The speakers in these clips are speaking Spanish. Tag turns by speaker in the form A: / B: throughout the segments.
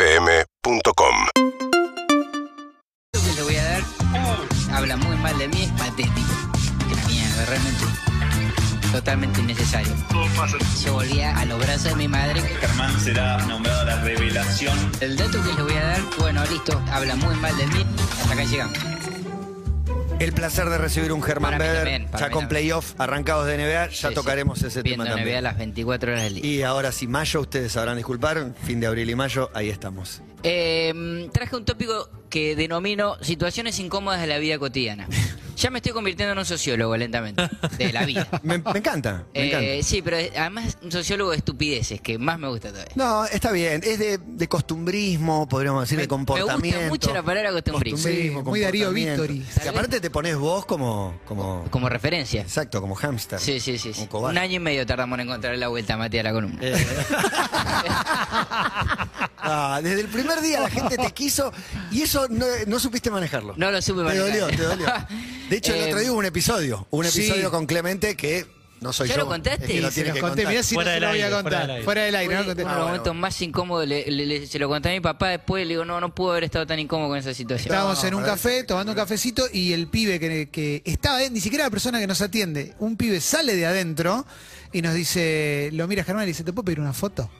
A: UrbanaPlayFM.com
B: Lo que le voy a dar habla muy mal de mí, es patético. Que la mierda, realmente. Totalmente innecesario. Yo volvía a los brazos de mi madre.
C: Germán será nombrado la revelación.
B: El dato que les voy a dar, bueno, listo, habla muy mal de mí. Hasta acá llegamos.
D: El placer de recibir un Germán
B: Para mí
D: Beder,
B: también, para
D: ya
B: mí
D: con
B: también.
D: playoff arrancados de NBA, ya
B: Sí,
D: tocaremos
B: sí.
D: ese
B: Viendo
D: tema
B: NBA
D: también.
B: las 24 horas del día.
D: Y ahora sí, mayo, ustedes sabrán disculpar, fin de abril y mayo, ahí estamos.
B: Eh, traje un tópico que denomino situaciones incómodas de la vida cotidiana. Ya me estoy convirtiendo en un sociólogo lentamente, de la vida.
D: Me, me encanta, me
B: Eh,
D: encanta.
B: sí, pero eh, además un sociólogo de estupideces, que más me gusta todavía.
D: No, está bien, es de, de costumbrismo, podríamos decir,
B: Me-
D: de comportamiento.
B: me gusta mucho la palabra costumbrismo.
D: Costumbrismo,
E: Sí, muy Darío
D: comportamiento.
E: Vittori.
D: Que aparte te pones vos como, como,
B: Como referencia.
D: exacto, como hámster.
B: Sí, sí, sí. sí.
D: Un
B: Un,
D: cobarde.
B: año y medio tardamos en encontrar la vuelta, Mati, a la columna.
D: Eh. Ah, desde el primer día la gente te quiso y eso no, no supiste manejarlo.
B: No lo supe
D: Te
B: manejar.
D: dolió, te dolió. De hecho, el
B: Eh,
D: otro día hubo un episodio, hubo un
E: sí.
D: episodio con Clemente que no soy
B: ¿Ya
D: yo.
B: lo contaste?
D: es que lo
B: Sí,
E: Se
D: tiene
E: los
D: que
E: conté,
D: contar.
E: mirá si
F: Fuera
E: no se
F: del
E: lo voy a
F: aire, fuera del
E: contar.
F: aire.
E: Fuera del aire,
B: Fue
E: no lo
B: uno de
E: conté.
B: los
D: bueno,
B: momentos más incómodos. le- le- le- se lo conté a mi papá después. Le digo, no, no pude haber estado tan incómodo con esa situación.
E: Estábamos en un
D: No,
E: café, tomando un cafecito, y el pibe que, que estaba adentro, ni siquiera la persona que nos atiende, un pibe sale de adentro y nos dice, lo mira Germán y le dice, ¿te puedo pedir una foto?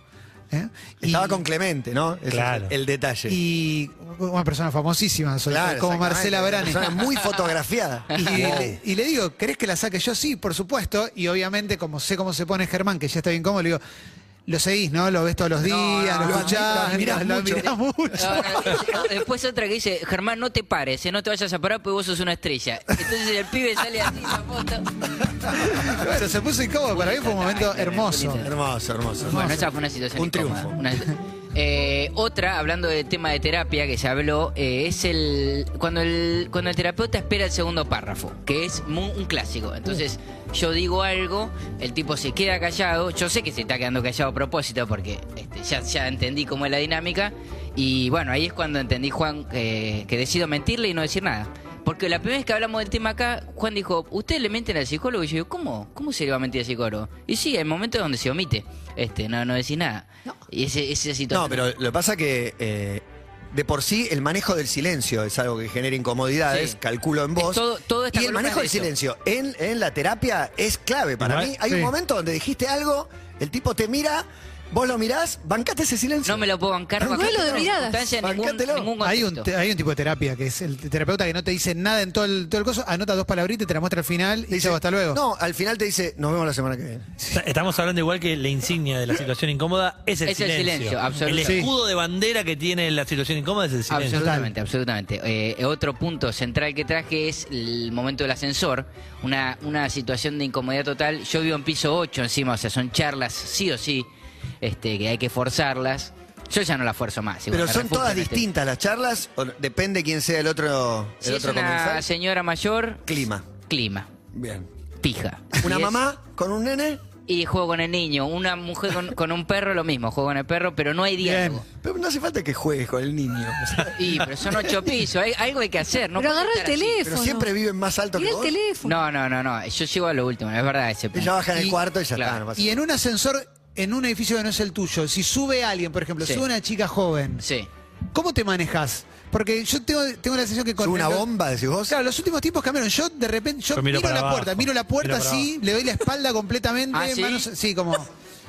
E: ¿Eh? Y-
D: Estaba con Clemente, ¿no? Ese es
F: Claro.
D: el detalle.
E: Y una persona famosísima, soy-
D: Claro,
E: como
D: exactamente.
E: Marcela Barani.
D: Una persona muy fotografiada.
E: Y,
D: Wow.
E: le, y le digo, ¿querés que la saque yo? Sí, por supuesto. Y obviamente, como sé cómo se pone Germán, que ya está bien cómodo, le digo, lo seguís, ¿no? Lo ves todos los días,
B: no,
E: lo
B: lo
E: escuchás,
D: admirás
E: lo- lo
D: mucho.
E: admirás mucho.
B: No, no, después otra que dice, Germán, no te pares, eh, no te vayas a parar porque vos sos una estrella. Entonces el pibe sale así, la foto.
E: Pero se puso incómodo, para mí fue un momento hermoso.
D: Hermoso, hermoso.
B: Bueno, esa fue una situación
D: Un
B: incómoda.
D: triunfo.
B: Una- Eh, otra, hablando del tema de terapia que se habló, eh, es el cuando, el cuando el terapeuta espera el segundo párrafo, que es mu- un clásico. Entonces, yo digo algo, el tipo se queda callado, yo sé que se está quedando callado a propósito porque este, ya, ya entendí cómo es la dinámica, y bueno, ahí es cuando entendí, Juan, eh, que decido mentirle y no decir nada. Porque la primera vez que hablamos del tema acá, Juan dijo, ¿ustedes le mienten al psicólogo? Y yo digo, ¿cómo? ¿Cómo se le va a mentir al psicólogo? Y sí, hay momentos donde se omite, este, no, no decís nada. Y ese, esa situación.
D: No, pero lo que pasa que eh, de por sí el manejo del silencio es algo que genera incomodidades,
B: Sí.
D: calculo en
B: Es
D: vos.
B: todo- todo esta
D: y el
B: columna
D: manejo
B: es
D: del
B: eso.
D: silencio en, en la terapia es clave para
F: Igual,
D: mí. Hay un
E: sí.
D: momento donde dijiste algo, el tipo te mira, vos lo mirás, bancate ese silencio.
B: No me lo puedo bancar.
D: Duelo
B: bancátelo.
D: de
G: miradas.
B: Sustancia, ningún,
D: Bancátelo.
B: ningún
E: Hay un,
B: contexto.
E: te- hay un tipo de terapia que es el terapeuta que no te dice nada en todo el, todo el coso, anota dos palabritas, te la muestra al final y
D: Te dice,
E: chau, hasta luego.
D: No, al final te dice, nos vemos la semana que viene.
F: Está- Estamos hablando igual que la insignia de la situación incómoda es el
B: Es el
F: silencio.
B: silencio, absolutamente.
F: El escudo de bandera que tiene la situación incómoda es el silencio.
B: Absolutamente, absolutamente. Eh, otro punto central que traje es el momento del ascensor. Una, una situación de incomodidad total. Yo vivo en piso 8 encima, o sea, son charlas sí o sí, este, que hay que forzarlas. Yo ya no las fuerzo más. igual,
D: Pero
B: me
D: son
B: refugio
D: todas
B: en este-
D: distintas las charlas, o no- depende quién sea el otro, el
B: Si es
D: otro
B: una
D: comensal.
B: señora mayor,
D: Clima.
B: clima,
D: Bien.
B: pija.
D: Una
B: Si es-
D: mamá con un nene.
B: Y juego con el niño. Una mujer con, con un perro, lo mismo. Juego con el perro, pero no hay diálogo.
D: Pero no hace falta que juegues con el niño.
B: Y, pero son ocho pisos. hay- algo hay que hacer. No
G: Pero
B: puede
G: agarra el
B: estar así.
D: Pero
G: teléfono.
D: siempre viven más alto que
G: Mira el
D: vos.
G: teléfono.
B: No, no, no, no. Yo llego a lo último, es verdad ese punto.
D: Ella baja en el
E: Y-
D: cuarto y ya
B: claro.
D: está. no pasa
E: Y en un ascensor, en un edificio que no es el tuyo, si sube alguien, por ejemplo,
B: Sí.
E: sube una chica joven,
B: Sí.
E: ¿cómo te manejas? Porque yo tengo, tengo la sensación que con
D: Sube una
E: los-
D: bomba, decís vos.
E: Claro, los últimos tiempos cambiaron. Yo de repente, yo,
F: Yo miro
E: miro,
F: para
E: la
F: abajo.
E: puerta, miro la puerta
F: Miro para
E: así, le doy la espalda completamente,
B: ¿Ah, sí?
E: manos, sí, como,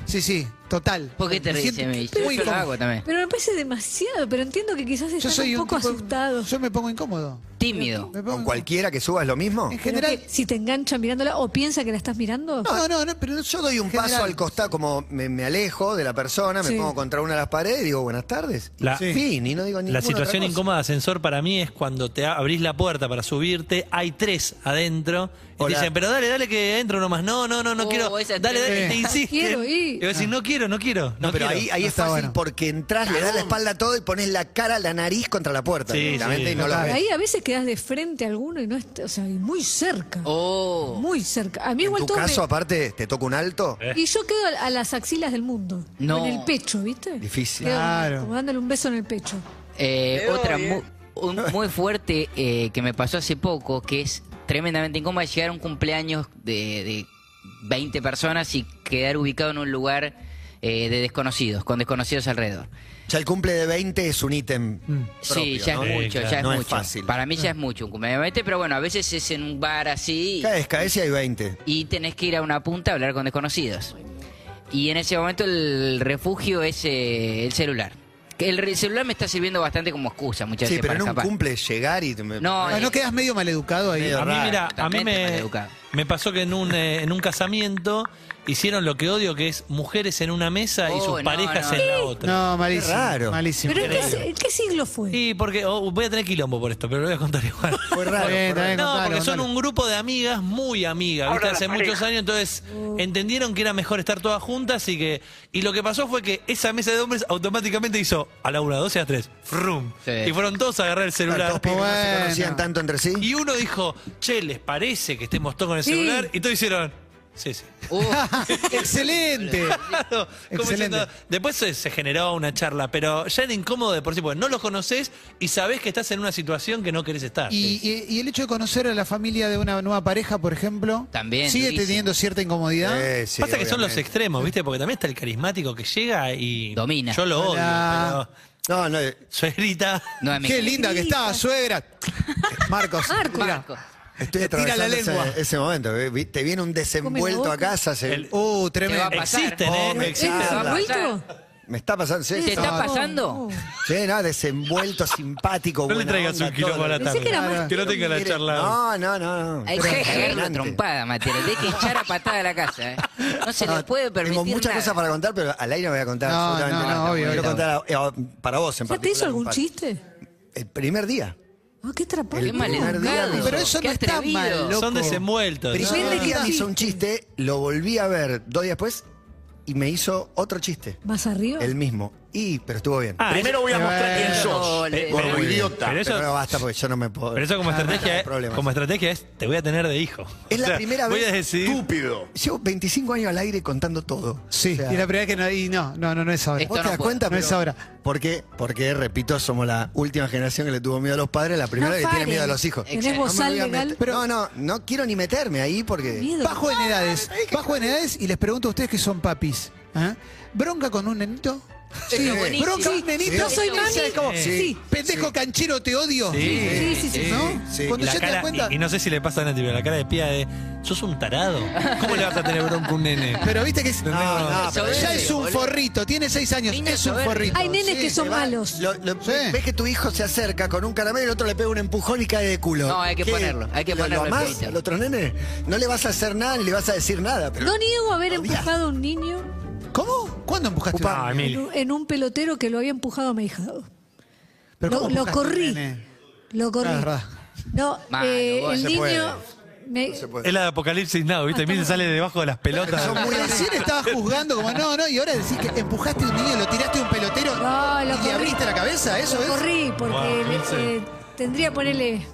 E: sí, sí, total.
B: ¿Por qué te
E: Me
B: ríes,
E: siento
B: Emi? Yo,
E: muy
B: yo lo
E: incómodo.
B: hago también.
G: Pero me parece demasiado, pero entiendo que quizás
E: Yo
G: están
E: soy
G: un poco
E: tipo-
G: asustados.
E: Yo me pongo incómodo.
B: Tímido.
E: Me pongo
D: Con
E: incómodo.
D: cualquiera que suba es lo mismo.
E: En
G: Pero
E: general.
G: que si te enganchan mirándola o piensa que la estás mirando.
E: No, no, no, pero
D: Yo doy un
E: en general.
D: paso al costado, como me, me alejo de la persona, me
G: Sí.
D: pongo contra una de las paredes y digo buenas tardes. Y
F: La-
D: fin, y no digo ninguna
F: La situación
D: otra cosa.
F: incómoda de ascensor para mí es cuando te a- abrís la puerta para subirte, hay tres adentro, y te
D: Hola.
F: dicen, pero dale, dale que entro nomás, no, no, no, no
B: Oh,
F: quiero,
B: esa
F: dale,
B: es
F: dale, y te
E: tremenda.
F: insisten.
G: Quiero ir.
F: Y vos decís, no quiero, no quiero, no,
D: No, pero
F: quiero".
D: ahí, ahí
E: No
D: es
E: está
D: fácil
E: bueno.
D: porque entras, le das la espalda a todo y pones la cara, la nariz contra la puerta
F: Sí,
D: directamente
F: sí.
D: y no lo ves.
G: Ahí a veces quedas de frente a alguno y no est- o sea, y muy cerca.
B: Oh.
G: Muy cerca. A mí
D: En
G: igual
D: tu
G: todo me-
D: caso, aparte, te toca un alto.
G: Y yo quedo a, a las axilas del mundo.
B: No.
G: En el pecho, ¿viste?
D: Difícil.
G: Quedo
E: Claro.
G: Como dándole un beso en el pecho.
B: Eh, otra mu- un- muy, fuerte eh, que me pasó hace poco, que es tremendamente incómoda, llegar a un cumpleaños de, de 20 personas y quedar ubicado en un lugar eh, de desconocidos, con desconocidos alrededor.
D: Ya el cumple de 20 es un ítem.
E: Mm.
B: sí,
D: propio,
B: ya
D: ¿no?
B: es mucho,
F: claro,
B: ya es
D: no es
B: mucho.
D: fácil.
B: Para mí ya es mucho un cumpleaños de 20, pero bueno, a veces es en un bar así.
D: Cada vez, cada vez sí hay 20.
B: y tenés que ir a una punta a hablar con desconocidos. Y en ese momento el refugio es eh, el celular. Que El re- celular me está sirviendo bastante como excusa muchas
D: Sí,
B: veces
D: pero
B: para
D: en un
B: escapar.
D: cumple llegar y... te me-
B: No,
E: Ah,
B: eh,
E: ¿No quedas medio maleducado ahí?
D: Medio
F: A mí,
D: raro.
F: mira, a mí
B: Totalmente
F: me,
B: maleducado.
F: me pasó que en un, eh, en un casamiento hicieron lo que odio, que es mujeres en una mesa y
B: Oh,
F: sus
B: no,
F: parejas
B: no.
F: en la otra.
E: No, malísimo.
D: Qué raro.
E: Malísimo.
G: ¿Pero en qué, en qué siglo fue?
F: Y porque oh, voy a tener quilombo por esto, pero lo voy a contar igual.
D: Fue raro.
E: Está bien, está bien,
F: No,
E: contalo,
F: porque son
E: contalo.
F: un grupo de amigas muy amigas, ¿viste? Hace muchos años, entonces entendieron que era mejor estar todas juntas y que. Y lo que pasó fue que esa mesa de hombres automáticamente hizo a la 1, a 12, a 3, frum.
B: Sí.
F: Y fueron todos a agarrar el
D: Claro,
F: celular.
D: Dos pibes que no se
E: Bueno.
D: conocían tanto entre sí.
F: Y uno dijo, che, ¿les parece que estemos todos con el
G: Sí.
F: celular? Y todos hicieron, sí, sí.
B: uh,
E: Ah, Excelente.
F: Claro, como
E: Excelente.
F: diciendo, después se, se generó una charla, pero ya era incómodo de por sí, porque no los conoces y sabés que estás en una situación que no querés estar.
E: Y, y- y el hecho de conocer a la familia de una nueva pareja, por ejemplo,
B: También,
E: sigue
B: durísimo.
E: teniendo cierta incomodidad.
D: Eh, sí,
F: Pasa que son los
D: obviamente.
F: extremos, ¿viste? Porque también está el carismático que llega y.
B: Domina.
F: Yo lo odio,
E: Hola.
F: pero.
D: No, no, eh,
F: Suegrita.
B: no, es mi-
E: Qué linda que estaba, suegra. Marcos.
G: Marcos.
E: mirá.
B: Marco.
D: estoy
E: Te tira la
D: atravesando
E: lengua.
D: Ese, ese momento. eh, vi- Te viene un desenvuelto
G: boca.
D: a casa. se-
F: El-
E: Uh,
B: Te va a
E: tremendo.
B: pasar.
F: Existen, ¿eh?
D: Oh, me
G: ¿Es
D: existe.
F: Existen.
G: favorito?
D: Me está pasando. Sí,
B: ¿Te
D: no,
B: está pasando?
G: No.
D: sí, no, desenvuelto, simpático.
F: No le
D: buena
F: traigas
D: onda,
F: un quilombo a la
D: todo.
G: Pensé
F: tarde.
G: que era más-
F: Que no tenga la
D: Mire,
F: charla.
D: No, no, no. no.
B: Hay que dejar la trompada, Matías. Hay que echar a patada a la casa. ¿eh? No se le
D: No,
B: puede permitir.
D: Tengo muchas
B: nada.
D: cosas para contar, pero al aire no voy a contar.
E: No,
D: absolutamente
E: no,
D: nada.
E: no, obvio,
D: Quiero
E: obvio.
D: contar a- a- para vos en
G: ¿Ya te hizo
D: particular,
G: algún
D: compadre.
G: chiste?
D: El primer día.
G: Ah, qué trapado.
B: Qué maleducado.
D: primer día,
E: Pero eso
B: Qué
E: no está
B: atrevido.
E: mal, loco.
F: Son desenvueltos. ¿no?
D: Primer
G: no,
D: día
G: no.
D: me hizo un chiste, lo volví a ver dos días después y me hizo otro chiste.
G: ¿Más arriba?
D: El mismo. Y, pero estuvo bien.
F: Ah,
H: Primero voy a mostrar quién sos.
B: Ole.
H: Como idiota.
F: Pero
D: eh, Pero no
F: eso,
D: basta porque yo no me puedo.
F: pero eso como, estrategia,
D: no hay
F: es-
D: problema.
F: como estrategia es: te voy a tener de hijo.
D: Es la primera
F: Voy
D: vez-
F: a decir.
H: Estúpido.
D: Llevo 25 años al aire contando todo.
E: Sí,
D: O sea,
E: y la primera vez que no, y no, no, no, no es ahora.
B: Esto
D: ¿Vos te
B: no
D: das
B: puedo.
D: cuenta?
E: No es
D: Pero-
E: ahora.
D: ¿Por qué? Porque, repito, somos la última generación que le tuvo miedo a los padres, la primera
G: No
D: que tiene
G: paren.
D: miedo a los hijos.
G: ¿Tenés
D: No me
G: bozal
D: voy a
G: legal?
D: meter- no, no, no quiero ni meterme ahí porque...
G: Miedo.
E: Bajo en edades. Bajo en edades y les pregunto a ustedes que son papis. ¿ah? ¿Bronca con un nenito?
D: Sí,
B: Está buenísimo.
E: Bronca un nenito.
G: Yo soy mami.
E: Es como,
D: Sí.
E: Pendejo canchero, te odio.
G: Sí, sí, sí.
E: ¿No?
D: sí.
E: Cuando
F: Y,
E: ya
F: la
E: te
F: cara-
E: das cuenta.
F: y- y no sé si le pasa a Nati, pero la cara de pía de. ¿Sos un tarado? ¿Cómo le vas a tener bronco a un nene?
E: Pero viste que es. Ah,
D: No, no, pero
B: Soberbio,
E: ya es un
B: boludo.
E: forrito, tiene seis años,
B: Niño
E: es un
B: soberbio.
E: forrito.
G: Hay nenes que son
D: te va-
G: malos.
D: lo- lo-
E: Sí.
D: Ves que tu hijo se acerca con un caramelo y el otro le pega un empujón y cae de culo.
B: No, hay que
D: ¿Qué?
B: ponerlo, hay que
D: ¿Lo-
B: ponerlo
D: ¿Lo
B: en
D: amás
B: Twitter.
D: al otro nene? No le vas a hacer nada ni le vas a decir nada. Pero...
G: No niego haber
D: Odias.
G: empujado a un niño
E: ¿Cómo? ¿Cuándo empujaste?
F: Ah,
E: un nene?
G: en
F: Emil.
G: un- en un pelotero que lo había empujado a mi hijado.
E: ¿Pero
G: Lo-
E: cómo
G: lo
E: empujaste un
G: corrí.
E: nene?
G: Lo corrí.
E: Ah, es verdad.
G: No,
B: Malo,
G: eh,
B: vos,
G: el
D: se
G: niño
D: puede.
G: me-
F: Es la de Apocalipsis Now, ¿viste? Emil sale debajo de las pelotas. Ah,
D: Son muy
E: Recién estabas juzgando como no, no, y ahora decís que empujaste a un niño, lo tiraste a un pelotero
G: No, lo
E: y
G: corrí.
E: le abriste la cabeza, eso
G: lo
E: es.
G: corrí porque
F: Wow,
G: le-
F: Milce.
G: eh, tendría, ponerle.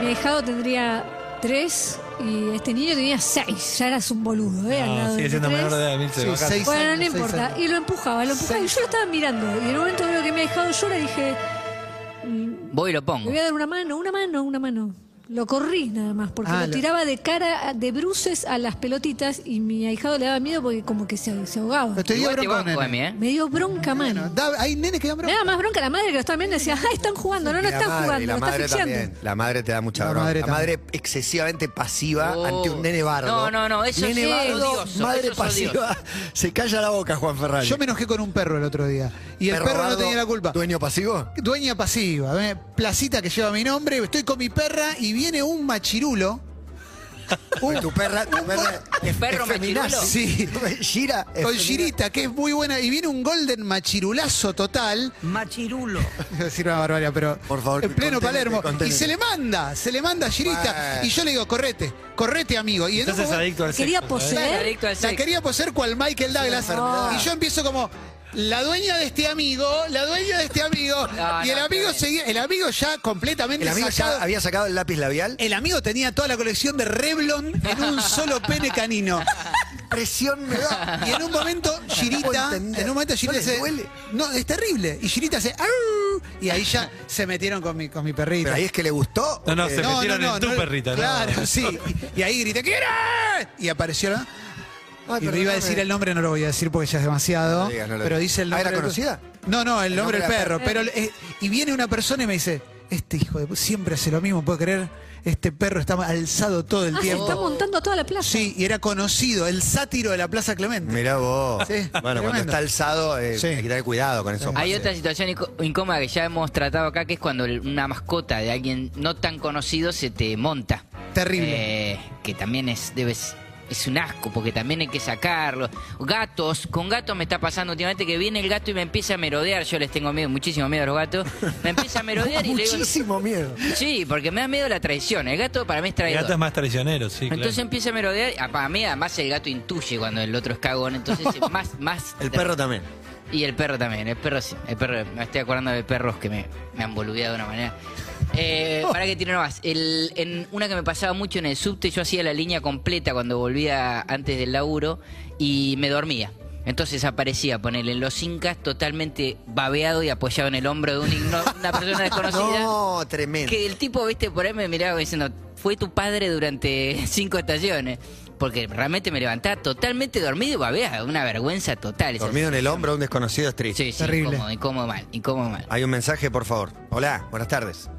G: Mi hijado tendría tres y este niño tenía seis. Ya eras un boludo, ¿eh? Al
F: No,
G: lado
F: sigue
G: de
F: siendo
G: tres.
F: menor de edad, Emil. se
E: Sí,
F: baja.
E: seis
G: Bueno,
E: años,
G: no
E: seis
G: importa.
E: años.
G: Y lo empujaba, lo empujaba. Y yo lo estaba mirando. Y en el momento veo que mi hijado llora, dije,
B: Voy y lo
G: le
B: pongo.
G: voy a dar una mano, una mano, una mano. Lo corrí nada más, porque
E: Ah,
G: lo
E: lo-
G: tiraba de cara, a- de bruces a las pelotitas y mi ahijado le daba miedo porque como que se, se ahogaba.
E: Pero te dio
B: Igual te
E: bronca un
B: banco ¿eh? a mí,
E: nene.
B: ¿eh?
G: Me dio bronca
E: Bueno,
G: mano.
E: da- hay nenes que dan
G: Me
E: bronca.
G: daba más bronca la madre que lo estaba viendo y decía, ah, están jugando, no, no
D: Y la
G: están
D: madre,
G: jugando,
D: la
G: lo estás
D: madre
G: asfixiando.
D: también. La madre te da mucha
E: La
D: bronca.
E: madre
D: la madre excesivamente pasiva
B: Oh.
D: ante un nene bardo.
B: No, no, no, eso
D: nene
B: sí es
D: bardo,
B: odioso,
D: madre
B: eso es
D: pasiva. Se calla la boca, Juan Ferrari.
E: Yo me enojé con un perro el otro día. Y el perro no
D: bardo,
E: tenía la culpa.
D: ¿Dueño pasivo?
E: dueña pasiva, ¿eh? placita que lleva mi nombre, estoy con mi perra y viene un machirulo.
D: Uy, tu perra, tu perra. es-
B: perro
D: es feminazi.
B: machirulo?
E: Sí.
D: Gira. es
E: Con
D: feminazi.
E: Girita, que es muy buena, y viene un golden machirulazo total.
I: Machirulo.
E: Iba a decir una barbaridad, pero.
D: Por favor,
E: En pleno
D: contenete,
E: Palermo.
D: contenete.
E: Y se le manda, se le manda a Girita.
D: Bueno.
E: Y yo le digo, correte, correte, amigo. Y en un
F: Entonces es
E: momento-
F: adicto al
G: Quería
F: sexo, ¿sabes?
G: poseer.
B: Es adicto al
E: La
B: sexo.
E: quería poseer cual Michael Douglas.
D: enfermedad.
E: Y yo empiezo como. La dueña de este amigo, la dueña de este amigo.
B: No,
E: y el
B: no,
E: amigo
B: tremendo.
E: seguía, el amigo ya completamente
D: El amigo
E: sacado.
D: ya había sacado el lápiz labial.
E: El amigo tenía toda la colección de Revlon en un solo pene canino.
D: Presión me da.
E: Y en un momento
D: puedo
E: Girita,
D: entender.
E: en un momento Girita
D: ¿No les
E: se-
D: duele?
E: no, es terrible. Y Girita hace "Au", y ahí ya se metieron con mi con mi perrita.
D: Pero ahí es que le gustó.
F: No, no,
D: Eh,
F: se metieron en tu perrita, ¿no?
E: Claro, sí. Y ahí grité, ¿qué era? Y apareció la-
D: Ay,
E: y le iba a
D: perdóname.
E: decir el nombre, no lo voy a decir porque ya es demasiado.
D: No digas, no lo
E: pero
D: digas.
E: dice el
D: Ah,
E: nombre.
D: ¿era
E: del-
D: conocida?
E: No, no, el, nombre del
D: nombre
E: perro.
D: era
E: Pero, eh, y viene una persona y me dice, este hijo de pu- siempre hace lo mismo, ¿puedo creer? Este perro está alzado todo el
G: Ah, se
E: tiempo.
G: está montando toda la plaza.
E: Sí, y era conocido, el sátiro de la Plaza Clemente.
D: Mirá vos.
E: Sí,
D: bueno,
E: tremendo.
D: cuando está alzado, eh,
E: Sí.
D: hay que tener cuidado con eso.
B: Hay otra situación inco- incómoda que ya hemos tratado acá, que es cuando el- una mascota de alguien no tan conocido se te monta.
E: Terrible.
B: Eh, que también es, debes, es un asco, porque también hay que sacarlo. Gatos, con gatos me está pasando últimamente que viene el gato y me empieza a merodear. Yo les tengo miedo, muchísimo miedo a los gatos. Me empieza a merodear y le digo.
D: Ah, Muchísimo miedo.
B: Sí, porque me da miedo la traición. El gato para mí es
F: El
B: traidor.
F: gato es más traicionero, sí, claro.
B: Entonces empieza a merodear. Ah, Para mí, además, el gato intuye cuando el otro es cagón. Entonces, es más, más.
D: El perro también.
B: Y el perro también, el perro sí. El perro, me estoy acordando de perros que me, me han boludeado de una manera. Eh, para que tiene más. El, en una que me pasaba mucho en el subte, yo hacía la línea completa cuando volvía antes del laburo y me dormía. Entonces aparecía, ponerle en los incas, totalmente babeado y apoyado en el hombro de un igno- una persona desconocida.
D: No, tremendo.
B: Que el tipo, viste, por ahí me miraba diciendo, fue tu padre durante cinco estaciones. Porque realmente me levantaba totalmente dormido y babeado. Una vergüenza total. esa
D: Dormido en el hombro, un desconocido es triste.
B: Sí, sí,
E: Terrible.
B: incómodo, incómodo mal, incómodo mal.
D: Hay un mensaje, por favor. Hola, buenas tardes.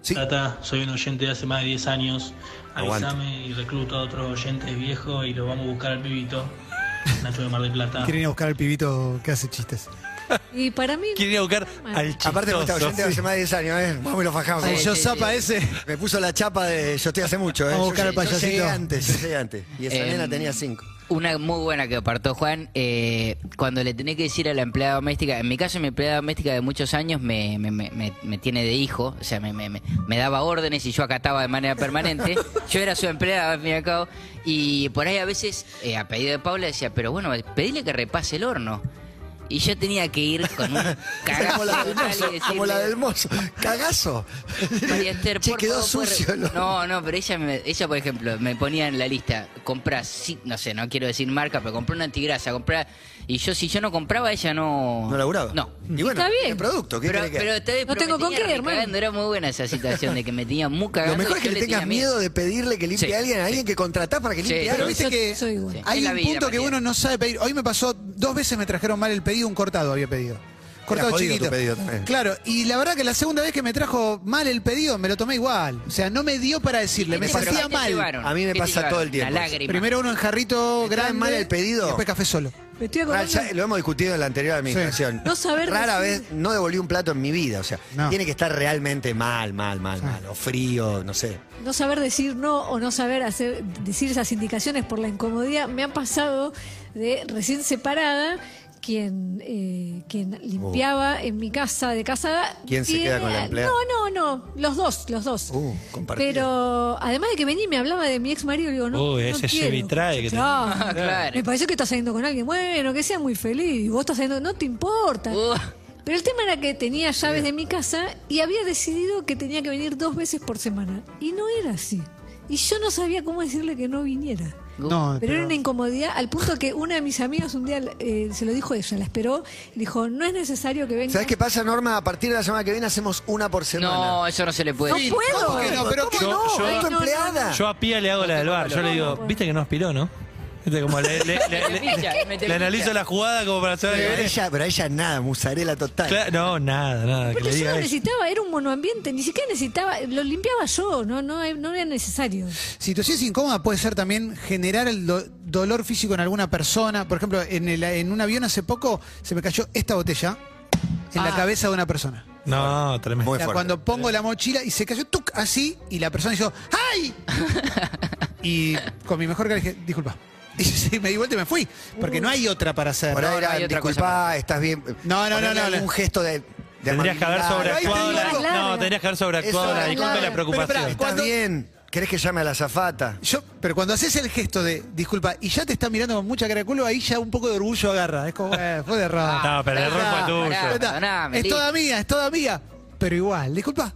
D: Sí.
I: Tata, soy un oyente de hace más de 10 años.
D: Aguante.
I: Avísame y recluto a otros oyentes viejos y lo vamos a buscar al pibito. Nacho de Mar del Plata.
E: Quieren ir a buscar al pibito que hace chistes.
G: Y para mí.
F: Quiere ir a buscar
G: Bueno.
F: al chistoso.
D: Aparte, me está oyente de hace más de 10 años, ¿eh? Vamos y lo fajamos.
B: Sí,
D: Como
E: Yo
B: sí,
E: zapa
B: sí.
E: ese.
D: yo- Me puso la chapa de yo estoy hace mucho, ¿eh?
E: Vamos a buscar
D: Yo-
E: al
D: yo
E: payasito.
D: llegué antes, yo llegué antes. Y esa
B: Em,
D: nena tenía 5.
B: Una muy buena que apartó Juan, eh, cuando le tenés que decir a la empleada doméstica, en mi caso mi empleada doméstica de muchos años me, me, me- me- me tiene de hijo, o sea, me, me- me- me daba órdenes y yo acataba de manera permanente, yo era su empleada al fin y al cabo, y por ahí a veces, eh, a pedido de Paula decía, pero bueno, pedile que repase el horno. Y yo tenía que ir con un cagazo
D: Como la del
B: total y
D: mozo, como
B: decirle,
D: la del mozo. Cagazo.
B: María Esther,
D: Che,
B: por
D: quedó
B: favor, puede-
D: sucio. ¿no?
B: No, no, pero ella, me- ella, por ejemplo, me ponía en la lista, comprá, sí, no sé, no quiero decir marca, pero compré una antigrasa, comprá... Y yo, si yo no compraba, ella no...
D: ¿No laburaba?
B: No.
D: Y bueno,
G: Está bien.
D: tiene producto, ¿qué
B: Pero,
D: querés que
B: pero
D: haga?
B: está bien,
G: No
B: pero
G: tengo
B: me
G: con
B: tenía
G: qué, hermano.
B: recagando, Era muy buena esa situación de que me tenía muy cagando.
D: Lo mejor
B: y
D: es que
B: yo
D: le
B: tenía
D: tengas miedo de pedirle que limpie
B: Sí.
D: a alguien, a alguien que contratás para que
B: Sí,
D: limpie
B: pero
D: algo.
E: Pero viste
G: yo
E: que
G: soy igual.
B: Sí,
E: hay
B: es la
E: un
B: vida,
E: punto que
B: Matías.
E: uno no sabe pedir. Hoy me pasó, dos veces me trajeron mal el pedido, un cortado había pedido. Cortado
D: jodido
E: chiquito.
D: tu pedido también.
E: claro, y la verdad que la segunda vez que me trajo mal el pedido, me lo tomé igual. O sea, no me dio para decirle, me
B: Pero ¿qué
E: sentía
B: te
E: mal.
B: llevaron?
D: A mí me
B: ¿Qué te
D: pasa
B: llevaron?
D: todo el tiempo.
B: Una lágrima.
E: Primero uno en jarrito
D: ¿Te traen
E: grande.
D: mal el pedido?
E: y después café solo.
G: Me estoy
D: Ah,
G: acordando.
D: ya lo hemos discutido en la anterior administración.
G: No saber
D: Rara
G: decir.
D: vez no devolví un plato en mi vida. O sea,
E: No.
D: tiene que estar realmente mal, mal, mal, mal. O frío, no sé.
G: No saber decir no o no saber hacer, decir esas indicaciones por la incomodidad. Me han pasado de recién separada. Quien, eh, quien limpiaba en mi casa de casada.
D: Oh. ¿Quién se queda con la empleada?
G: No, no, no. Los dos, los dos.
D: Uh, compartido.
G: Pero además de que venía y me hablaba de mi ex marido, le digo, no.
F: Uy,
G: no
F: Oh, ese
G: quiero.
F: lleva y trae que
G: Claro.
B: Ah, claro.
G: Me pareció que estás saliendo con alguien. Bueno, que sea muy feliz. Y Vos estás saliendo, no te importa.
B: Uh,
G: Pero el tema era que tenía llaves de mi casa y había decidido que tenía que venir dos veces por semana. Y no era así. Y yo no sabía cómo decirle que no viniera.
E: No,
G: Pero era una incomodidad al punto que una de mis amigas un día eh, se lo dijo ella, la esperó, y dijo, no es necesario que venga.
D: ¿Sabes qué pasa, Norma? A partir de la semana que viene hacemos una por semana.
B: no, eso no se le puede
G: ¡No
B: decir.
G: puedo!
D: ¿Cómo que no? ¿Pero
F: ¿Cómo
D: qué
F: no?
D: no?
F: Yo-
D: ¿Es tu
G: Ay, no,
D: empleada?
F: Yo a Pía le hago la del bar. Yo le digo, viste que no aspiró, ¿no? Viste, como le, le- le- le-
B: Mete ficha, mete
F: le analizo
B: ficha.
F: la jugada como para saber
D: Pero
F: que viene.
D: ella, pero ella nada, musarela total.
F: Cla- No, nada, nada. Que le
G: Porque yo
F: diga
G: no
F: eso.
G: necesitaba, era un monoambiente, ni siquiera necesitaba, lo limpiaba yo, no, no, no era necesario.
E: Situaciones incómodas puede ser también generar el do- dolor físico en alguna persona. Por ejemplo, en, el- en un avión hace poco se me cayó esta botella en la cabeza de una persona.
F: No, tremendo.
E: O
D: Muy
E: sea,
D: Ah. fuerte.
E: cuando pongo la mochila y se cayó tuc, así y la persona hizo ¡Ay! y con mi mejor cara dije, disculpa. Y sí, me di vuelta y me fui. Porque no hay otra para hacer.
D: Por
B: No,
D: ahí
B: no,
D: era,
B: hay otra cosa
D: disculpa, estás bien.
E: No, no,
D: Ponerle
E: no, no, no.
D: algún gesto de. de
F: Tendrías que haber
D: amabilidad.
F: sobreactuado
E: Ahí te
F: la,
E: digo.
F: no, tendrías que haber sobreactuado
D: Eso
F: la
D: es
F: disculpa y la
G: larga.
F: preocupación.
E: Pero pará,
D: Estás
E: Cuando-
D: bien. ¿Querés que llame a la zafata?
E: Yo, pero cuando haces el gesto de disculpa y ya te está mirando con mucha cara de culo, ahí ya un poco de orgullo agarra. Es como, eh, fue de error.
F: no, pero el error
E: pará,
F: fue
E: Ya
F: tuyo.
E: está.
B: Perdóname,
E: es
B: listo.
E: toda mía, es toda mía. Pero igual, disculpa.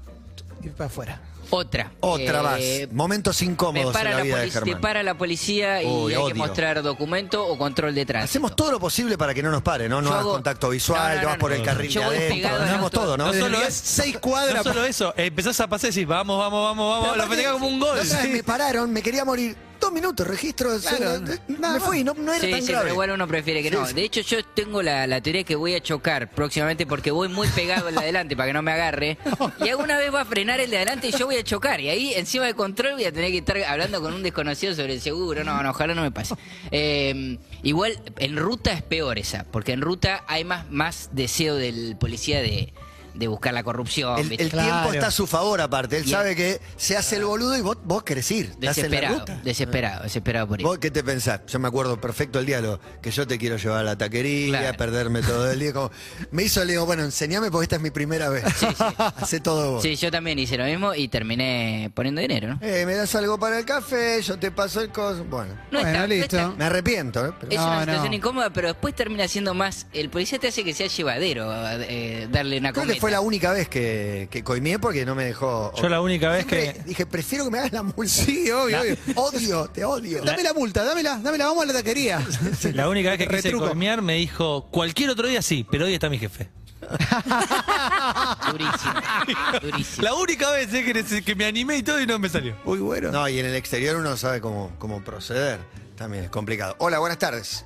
E: Y para afuera.
B: Otra.
D: Otra
B: Eh,
D: más. Momentos
B: Me
D: incómodos en
B: para
D: la
B: la
D: vida de
B: polic- te
D: Germán.
B: para la policía y
D: Uy,
B: hay
D: odio.
B: que mostrar documento o control de tránsito.
D: Hacemos todo lo posible para que no nos pare, ¿no? No
B: Yo
D: hagas
B: hago-
D: contacto visual,
B: No,
D: no,
B: no,
D: vas
B: no,
D: por
B: no.
D: el
B: Yo
D: carril de
B: voy
D: adentro.
B: pegado al
D: Hacemos
B: auto.
D: todo, ¿no?
F: No
D: Desde
F: solo
D: el-
E: Desviás
F: es-
E: seis
F: No eh,
E: cuadras.
F: solo eso, empezás a pasar y decís, vamos, vamos, vamos, vamos, la festejás como un gol.
D: La otra vez
F: Sí.
D: me pararon, me quería morir. Dos dos minutos, registro.
E: Claro,
D: eh,
E: nada
D: me
E: más.
D: fui, no, no era
B: Sí,
D: tan
B: sí,
D: grave.
B: pero igual uno prefiere que no. De hecho, yo tengo la, la teoría que voy a chocar próximamente porque voy muy pegado al de adelante para que no me agarre. Y alguna vez va a frenar el de adelante y yo voy a chocar. Y ahí, encima de control, voy a tener que estar hablando con un desconocido sobre el seguro. No, no, ojalá no me pase. Eh, igual, en ruta es peor esa, porque en ruta hay más, más deseo del policía de, de buscar la corrupción.
D: El,
B: ¿viste?
D: el tiempo está a su favor, aparte. Él
B: Y-
D: sabe que se hace el boludo y vos, vos querés ir. estás en la
B: desesperado,
D: ruta.
B: desesperado, desesperado por eso.
D: ¿Vos qué te pensás? Yo me acuerdo perfecto el diálogo, que yo te quiero llevar a la taquería,
B: Claro.
D: perderme todo el día. Como, me hizo, le digo, bueno, enseñame porque esta es mi primera vez. Hacé todo vos.
B: Sí, yo también hice lo mismo y terminé poniendo dinero, ¿no?
D: Eh, me das algo para el café, yo te paso el coso. Bueno,
B: No
E: Bueno,
B: está, no
E: listo.
B: está.
D: me arrepiento, ¿eh? Pero-
B: Es
E: No,
B: una situación
E: no.
B: incómoda, pero después termina siendo más. El policía te hace que sea llevadero eh, darle una
D: Creo
B: comida.
D: que fue la única vez que, que coimié porque no me dejó.
F: Yo la única vez
D: Siempre
F: que-
D: Dije, prefiero que me hagas la multa.
E: Sí, obvio, obvio.
D: Odio, te odio.
E: Dame la multa, dámela, dámela, vamos a la taquería.
F: La única vez que quise
E: Retruco.
F: colmear me dijo, cualquier otro día sí, pero hoy está mi jefe.
B: Durísimo. durísimo.
F: La única vez eh, que, que me animé y todo y no me salió.
E: Muy bueno.
D: No, y en el exterior uno sabe cómo, cómo proceder. También es complicado. Hola, buenas tardes.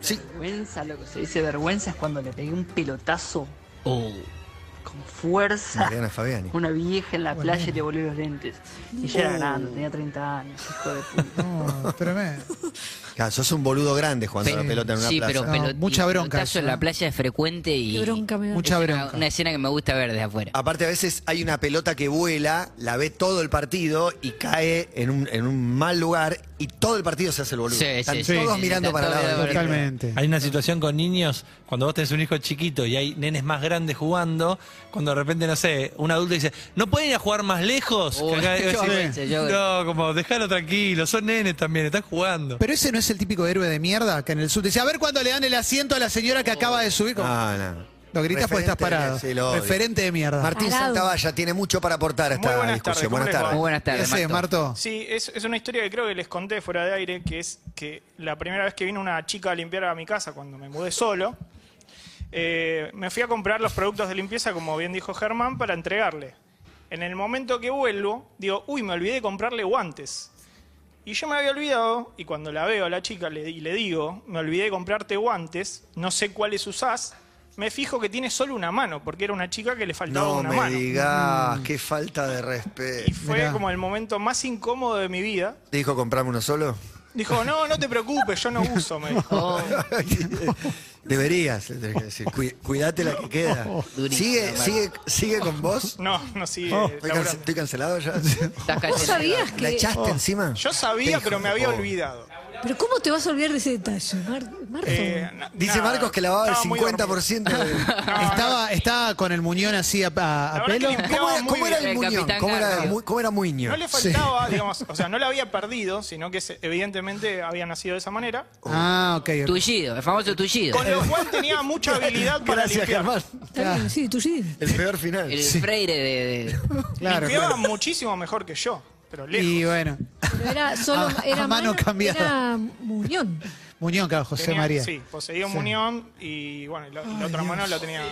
D: Sí,
J: Vergüenza, lo que se dice vergüenza es cuando le pegué un pelotazo
B: Oh,
J: con fuerza
D: Mariana Fabiani.
J: a una vieja en la playa y le volvió los lentes. Y ya era grande, tenía 30 años, hijo de puta.
E: No, tremendo.
D: Claro, Ah, sos un boludo grande jugando a la
B: Pe-
D: pelota en una
B: sí,
D: plaza.
B: pero
E: No,
B: pelo-
E: mucha
B: y
E: bronca
B: pelotazo
E: eso,
B: en la
E: ¿no?
B: playa es frecuente y.
G: Qué bronca me da.
E: Mucha
B: es una-
E: bronca.
B: Una, escena que me gusta ver desde afuera.
D: Aparte, a veces hay una pelota que vuela, la ve todo el partido y cae en un, en un mal lugar y todo el partido se hace el boludo.
B: Sí, sí,
D: Están
B: sí,
D: todos
B: sí,
D: mirando
B: está
D: para el
B: todo
D: lado.
B: de acuerdo.
E: Totalmente.
F: Hay una situación con niños, cuando vos tenés un hijo chiquito y hay nenes más grandes jugando, cuando de repente, no sé, un adulto dice, ¿no pueden ir a jugar más lejos?
B: Oh,
F: Que acá-
B: yo
F: sí.
B: pensé, yo
F: no, como, déjalo tranquilo, son nenes también, están jugando.
E: Pero ese no es el típico héroe de mierda que en el sur te dice, a ver cuándo le dan el asiento a la señora que acaba de subir. Como,
D: No, no.
E: Lo gritas porque estás
D: Ah, Referente,
E: parado.
D: sí, lo odio.
E: Referente de mierda.
D: Martín
G: Parado.
D: Santavalla tiene mucho para aportar a esta
K: Muy buenas
D: discusión.
K: tardes, ¿cómo
D: buenas
K: les
D: tardes.
K: va?
B: Muy buenas
E: ¿Qué
B: tardes.
E: haces,
B: Marto.
E: Marto?
K: Sí, es, es una historia que creo que les conté fuera de aire, que es que la primera vez que vino una chica a limpiar a mi casa cuando me mudé solo, eh, me fui a comprar los productos de limpieza, como bien dijo Germán, para entregarle. En el momento que vuelvo, digo, uy, me olvidé de comprarle guantes. Y yo me había olvidado, y cuando la veo a la chica le, y le digo, me olvidé de comprarte guantes, no sé cuáles usás, me fijo que tiene solo una mano, porque era una chica que le faltaba
D: No
K: una
D: me
K: mano.
E: Mm.
D: digas, qué falta de
K: Y
D: respeto.
K: fue
E: Mirá.
K: como el momento más incómodo de mi vida.
D: ¿Te dijo comprarme uno solo?
K: Dijo, no, no te preocupes, yo no uso. Me dijo.
B: Oh,
D: Deberías, le tenés que decir. Cui- cuidate la que queda.
B: Durísimo,
D: ¿Sigue,
B: Marco.
D: sigue, sigue con vos?
K: No, no sigue
E: Oh,
D: ¿Estoy, can-
K: laburando. Oh.
D: estoy cancelado ya?
B: estás
G: ¿Vos
B: cayendo.
G: sabías
D: ¿La
G: que.?
D: echaste encima?
K: Yo
D: Te
K: sabía,
D: dijo,
K: pero me había
D: oh.
K: olvidado.
G: Pero ¿cómo te vas a olvidar de ese detalle, Mar- Marto?
K: Eh, na-
D: Dice
K: nada,
D: Marcos que lavaba el
K: estaba muy
D: 50% de...
K: dormido. No,
E: Estaba, estaba con el muñón así a, a- a
K: La verdad
E: pelo.
K: que limpiaba
D: ¿Cómo era,
K: muy
D: cómo era
K: bien.
D: el
B: El
D: muñón?
B: Capitán
D: ¿Cómo era,
B: Garfio.
D: mu- cómo era Muño?
K: No le faltaba, digamos, o sea, no la había perdido, sino que se- evidentemente había nacido de esa manera.
E: Ah, ok. ok.
B: Tullido, el famoso tullido.
K: Con lo cual tenía mucha habilidad para
D: Gracias,
K: limpiar.
D: Germán.
G: Está
E: ah.
G: bien, sí, tú sí.
D: El peor final.
B: El freire de. de-
E: Claro,
K: limpiaba
E: claro.
K: muchísimo mejor que yo, pero lejos.
E: Y bueno,
G: Pero era solo.
E: A- a
G: era
E: mano cambiada.
G: Era muñón.
E: muñón, claro, José
K: Tenía-
E: María.
K: Sí, poseía un muñón y bueno, la, la otra mano la tenía.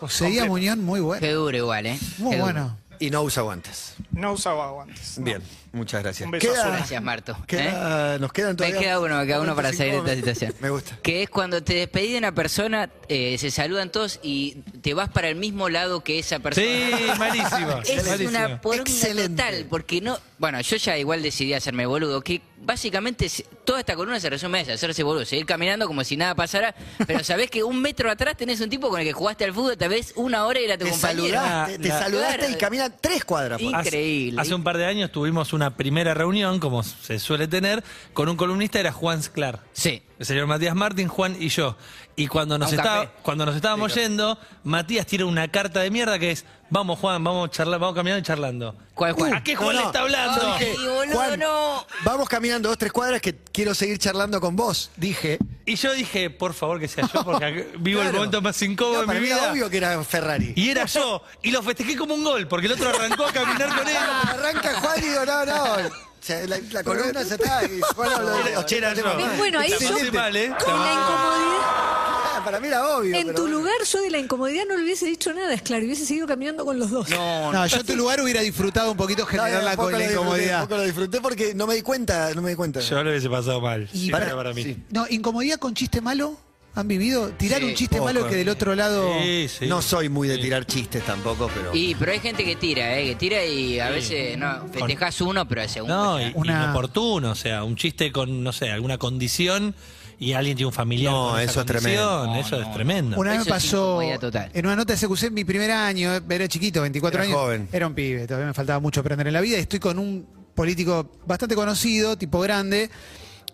E: Poseía muñón muy bueno.
B: Qué duro igual, ¿eh?
E: Muy
B: Qué duro.
E: bueno.
D: Y no usa guantes.
K: No usaba guantes. no.
D: Bien, muchas gracias.
K: Un beso azul.
B: Gracias, Marto. ¿Eh?
D: queda- Nos quedan
B: Me
D: todavía...
B: queda uno, me queda uno para salir de esta
D: 45
B: situación.
D: Me gusta.
B: Que es cuando te despedís de una persona, eh, se saludan todos y te vas para el mismo lado que esa persona.
F: Sí, malísimo.
B: Es
F: malísimo.
B: una poronga
D: Excelente.
B: total, porque no... Bueno, yo ya igual decidí hacerme el boludo, que básicamente se- toda esta columna se resume a eso, hacerse boludo, seguir caminando como si nada pasara, pero sabés que un metro atrás tenés un tipo con el que jugaste al fútbol tal vez una hora y era tu
D: Te
B: compañero.
D: saludaste, te
F: La-
D: saludaste y
B: Ah, Claro.
D: camina tres cuadras. por-
B: Y-
F: Hace-
B: Increíble.
F: Hace, un par de años tuvimos una primera reunión, como se suele tener, con un columnista, era Juan Sclar.
B: Sí.
F: El señor Matías Martín, Juan y yo. Y cuando nos,
B: A un
F: estaba-
B: café.
F: cuando nos estábamos yendo, Matías tira una carta de mierda que es, vamos Juan, vamos charla- vamos caminando y charlando. "Uh,
B: ¿Cuál Juan?
F: ¿A qué Juan
D: no, Ah,
F: le está hablando?
B: Ay,
D: Dije,
B: boludo,
D: Juan,
B: no.
D: Vamos caminando dos, tres cuadras que quiero seguir charlando con vos. Dije.
F: Y yo dije, por favor que sea yo, porque acá vivo el
D: Claro.
F: momento más incómodo
D: No,
F: de
D: para
F: mi
D: mí era
F: vida.
D: obvio que era Ferrari.
F: Y era yo. Y lo festejé como un gol, porque el otro arrancó a caminar con él.
D: Ah, arranca Juan y digo, no, no. o sea, la, la columna se está. Y Juan habló de
F: Era-
D: ochenta
F: era
D: de
F: yo.
D: más.
G: Bueno, ahí
F: La
G: yo-
F: pasé mal, ¿eh?
G: Con la incomodidad.
D: Ah, para mí era obvio.
G: En
D: pero
G: tu
D: bueno.
G: lugar yo de la incomodidad no le hubiese dicho nada, es claro, hubiese seguido caminando con los dos.
B: No,
E: No, yo en tu lugar hubiera disfrutado un poquito
D: No, no,
E: generarla
D: poco
E: con la
D: lo disfruté,
E: incomodidad.
D: Poco lo disfruté porque no me di cuenta, no me di cuenta.
F: Yo lo hubiese pasado mal.
E: Y
F: Sí,
E: para-
F: para, mí.
D: sí.
E: No, incomodidad con chiste malo. ¿Han vivido? Tirar
B: Sí,
E: un chiste
D: poco.
E: malo que del otro lado.
F: Sí, sí.
D: No soy muy de tirar chistes tampoco, pero.
B: Y, pero hay gente que tira, ¿eh? Que tira y a veces, no, festejas uno, pero el segundo.
F: No,
B: ya.
F: y,
E: Una-
F: inoportuno, o sea, un chiste con, no sé, alguna condición y alguien tiene un familiar.
D: No,
F: con esa
D: eso es
F: condición,
D: tremendo.
B: No,
F: eso
B: no.
F: es tremendo.
E: Una vez
B: Eso
E: me
B: es
E: pasó
B: incomodidad total.
E: en una nota de CQC en mi primer año, era chiquito, 24
D: Era
E: años.
D: joven.
E: Era un pibe, todavía me faltaba mucho aprender en la vida. y Estoy con un político bastante conocido, tipo grande,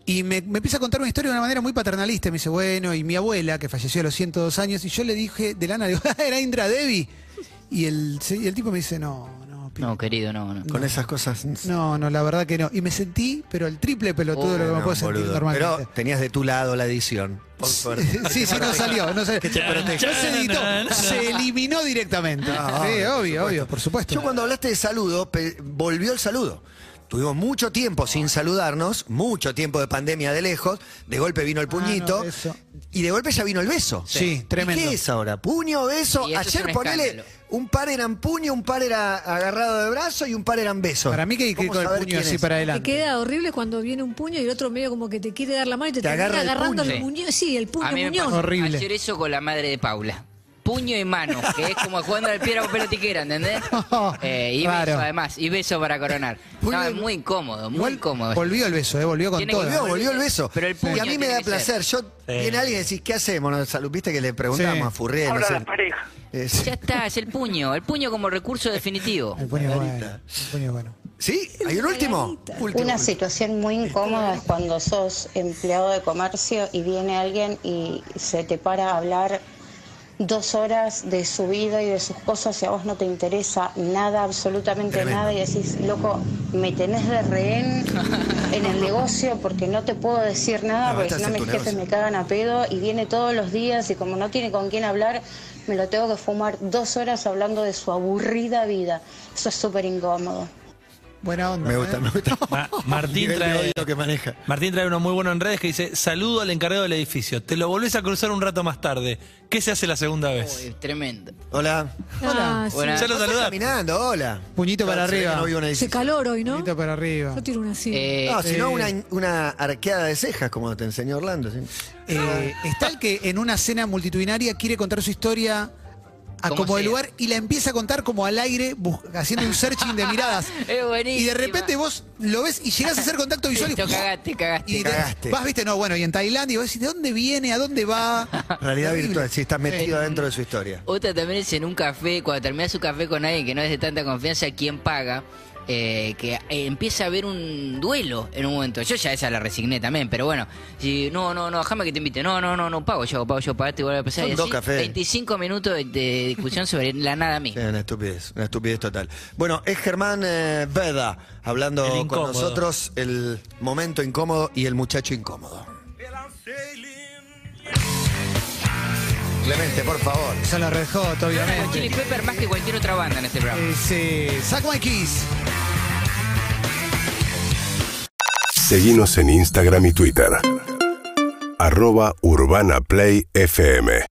E: y me, me empieza a contar una historia de una manera muy paternalista. Me dice, bueno, y mi abuela, que falleció a los 102 años, y yo le dije de lana, digo, "Ah, era Indra Devi. Y el, y el tipo me dice, no, no, pibe,
B: No, querido, no, no.
D: Con esas cosas.
E: No, no, la verdad que no. Y me sentí, pero el triple pelotudo de lo que me
D: No,
E: puedo sentir
D: boludo.
E: normalmente.
D: Pero tenías de tu lado la edición. Por suerte.
E: sí, sí, no salió. No, salió.
F: proteja.
E: No se editó, se eliminó directamente.
D: Ah,
E: sí,
D: por
E: obvio, obvio, por supuesto.
D: Yo cuando hablaste de saludo, pe- volvió el saludo. Tuvimos mucho tiempo sin saludarnos, mucho tiempo de pandemia de lejos, de golpe vino el puñito
E: Ah, no, eso.
D: y de golpe ya vino el beso. ¿Y
E: Sí, tremendo.
D: ¿Qué es ahora? ¿Puño, beso?
B: Y eso es
D: Ayer
B: un
D: ponele,
B: escándalo.
D: un par eran puño, un par era agarrado de brazo y un par eran besos.
E: Para mí que hay que ir
D: ¿Cómo
E: con el
D: saber
E: puño
D: quién
E: así
D: es?
E: para
G: Te
E: adelante.
G: queda horrible cuando viene un puño y el otro medio como que te quiere dar la mano y te,
D: Te
G: termina
D: agarra el
G: agarrando
D: puño.
G: el muñón. Sí, el puño,
B: A mí me
G: muñón.
B: pasó
E: Horrible.
B: hacer eso con la madre de Paula. Puño y mano, que es como jugando al piedra, papel o tijera, ¿entendés? Eh, y
E: Claro.
B: beso además, y beso para coronar.
D: Puño
B: No,
D: y-
B: es muy incómodo, muy
E: Igual
B: incómodo.
E: Volvió el beso, eh, volvió con
B: Tiene que-
E: todo.
D: Volvió, volvió el beso.
B: Pero el
D: y
B: puño
D: a mí me
B: tiene
D: da
B: que
D: placer. Yo viene alguien y decís, ¿qué hacemos? No, salud, Viste que le preguntamos
E: Sí.
D: a Furriel.
J: Ahora
D: no
J: las
D: sé.
J: parejas.
D: Eh, sí.
B: Ya está, es el puño, el puño como recurso definitivo.
E: eh. El puño es bueno. El puño es bueno.
D: ¿Sí? ¿Hay un último?
G: Margarita.
D: Último.
L: Una situación muy incómoda es cuando sos empleado de comercio y viene alguien y se te para a hablar dos horas de su vida y de sus cosas y a vos no te interesa nada, absolutamente
D: Tremendo.
L: nada y decís, loco, me tenés de rehén en el negocio porque no te puedo decir nada
D: No,
L: porque
D: estás
L: si no
D: en
L: mis
D: tu
L: jefes
D: negocio".
L: me cagan a pedo y viene todos los días y como no tiene con quién hablar, me lo tengo que fumar dos horas hablando de su aburrida vida. Eso es súper incómodo.
E: Buena onda.
D: Me gusta,
E: eh.
D: me gusta.
F: Ma-
D: Nivel
F: Martín
D: de
F: trae,
D: odio que maneja.
F: Martín trae uno muy bueno en redes que dice, saludo al encargado del edificio, te lo volvés a cruzar un rato más tarde. ¿Qué se hace la segunda vez?
B: Uy, tremendo.
D: Hola.
G: Ah, sí.
B: Hola.
F: Ya
D: Vos
F: lo
D: estás
F: saludás.
D: caminando, hola.
E: Puñito para
D: Se ve que
E: arriba.
D: No vivo en
G: Se
D: edificio.
G: calor hoy, ¿no?
E: Puñito para arriba.
G: Yo tiro una así.
B: Eh,
D: No, sino
E: Sí. Ah,
D: una, una arqueada de cejas, como te enseñó Orlando. ¿sí?
E: Eh, está el que en una cena multitudinaria quiere contar su historia a
B: Como
E: como, de
B: sea.
E: lugar y la empieza a contar como al aire, bus- haciendo un searching de miradas.
B: Es buenísima.
E: Y de repente vos lo ves y llegás a hacer contacto visual y,
B: Listo, cagaste, cagaste.
E: y te-
D: Cagaste.
E: vas, viste, no, bueno, y en Tailandia y vos decís, ¿de dónde viene? ¿A dónde va?
D: Realidad
E: Terrible.
D: virtual, si estás metido dentro de su historia.
B: Otra también es en un café, cuando terminas su café con alguien que no es de tanta confianza, ¿quién paga? Eh, que eh, empieza a haber un duelo en un momento. Yo ya esa la resigné también, pero bueno. Si, no, no, no, déjame que te invite. No, no, no, no pago yo, pago yo, pagate y vuelve a pasar.
D: Son
B: Y
D: dos
B: así,
D: cafés.
B: 25 minutos de, de discusión sobre la nada misma.
D: Sí, una estupidez, una estupidez total. Bueno, es Germán eh, Veda
F: El
D: hablando con
F: incómodo.
D: nosotros el momento incómodo y el muchacho incómodo. Clemente, por favor.
E: Son los Red Hot,
B: Con Chili
E: obviamente.
B: Pepper más que cualquier otra banda en este programa.
E: Es, eh, Suck My Kiss.
A: Seguimos en Instagram y Twitter. Arroba Urbana Play FM.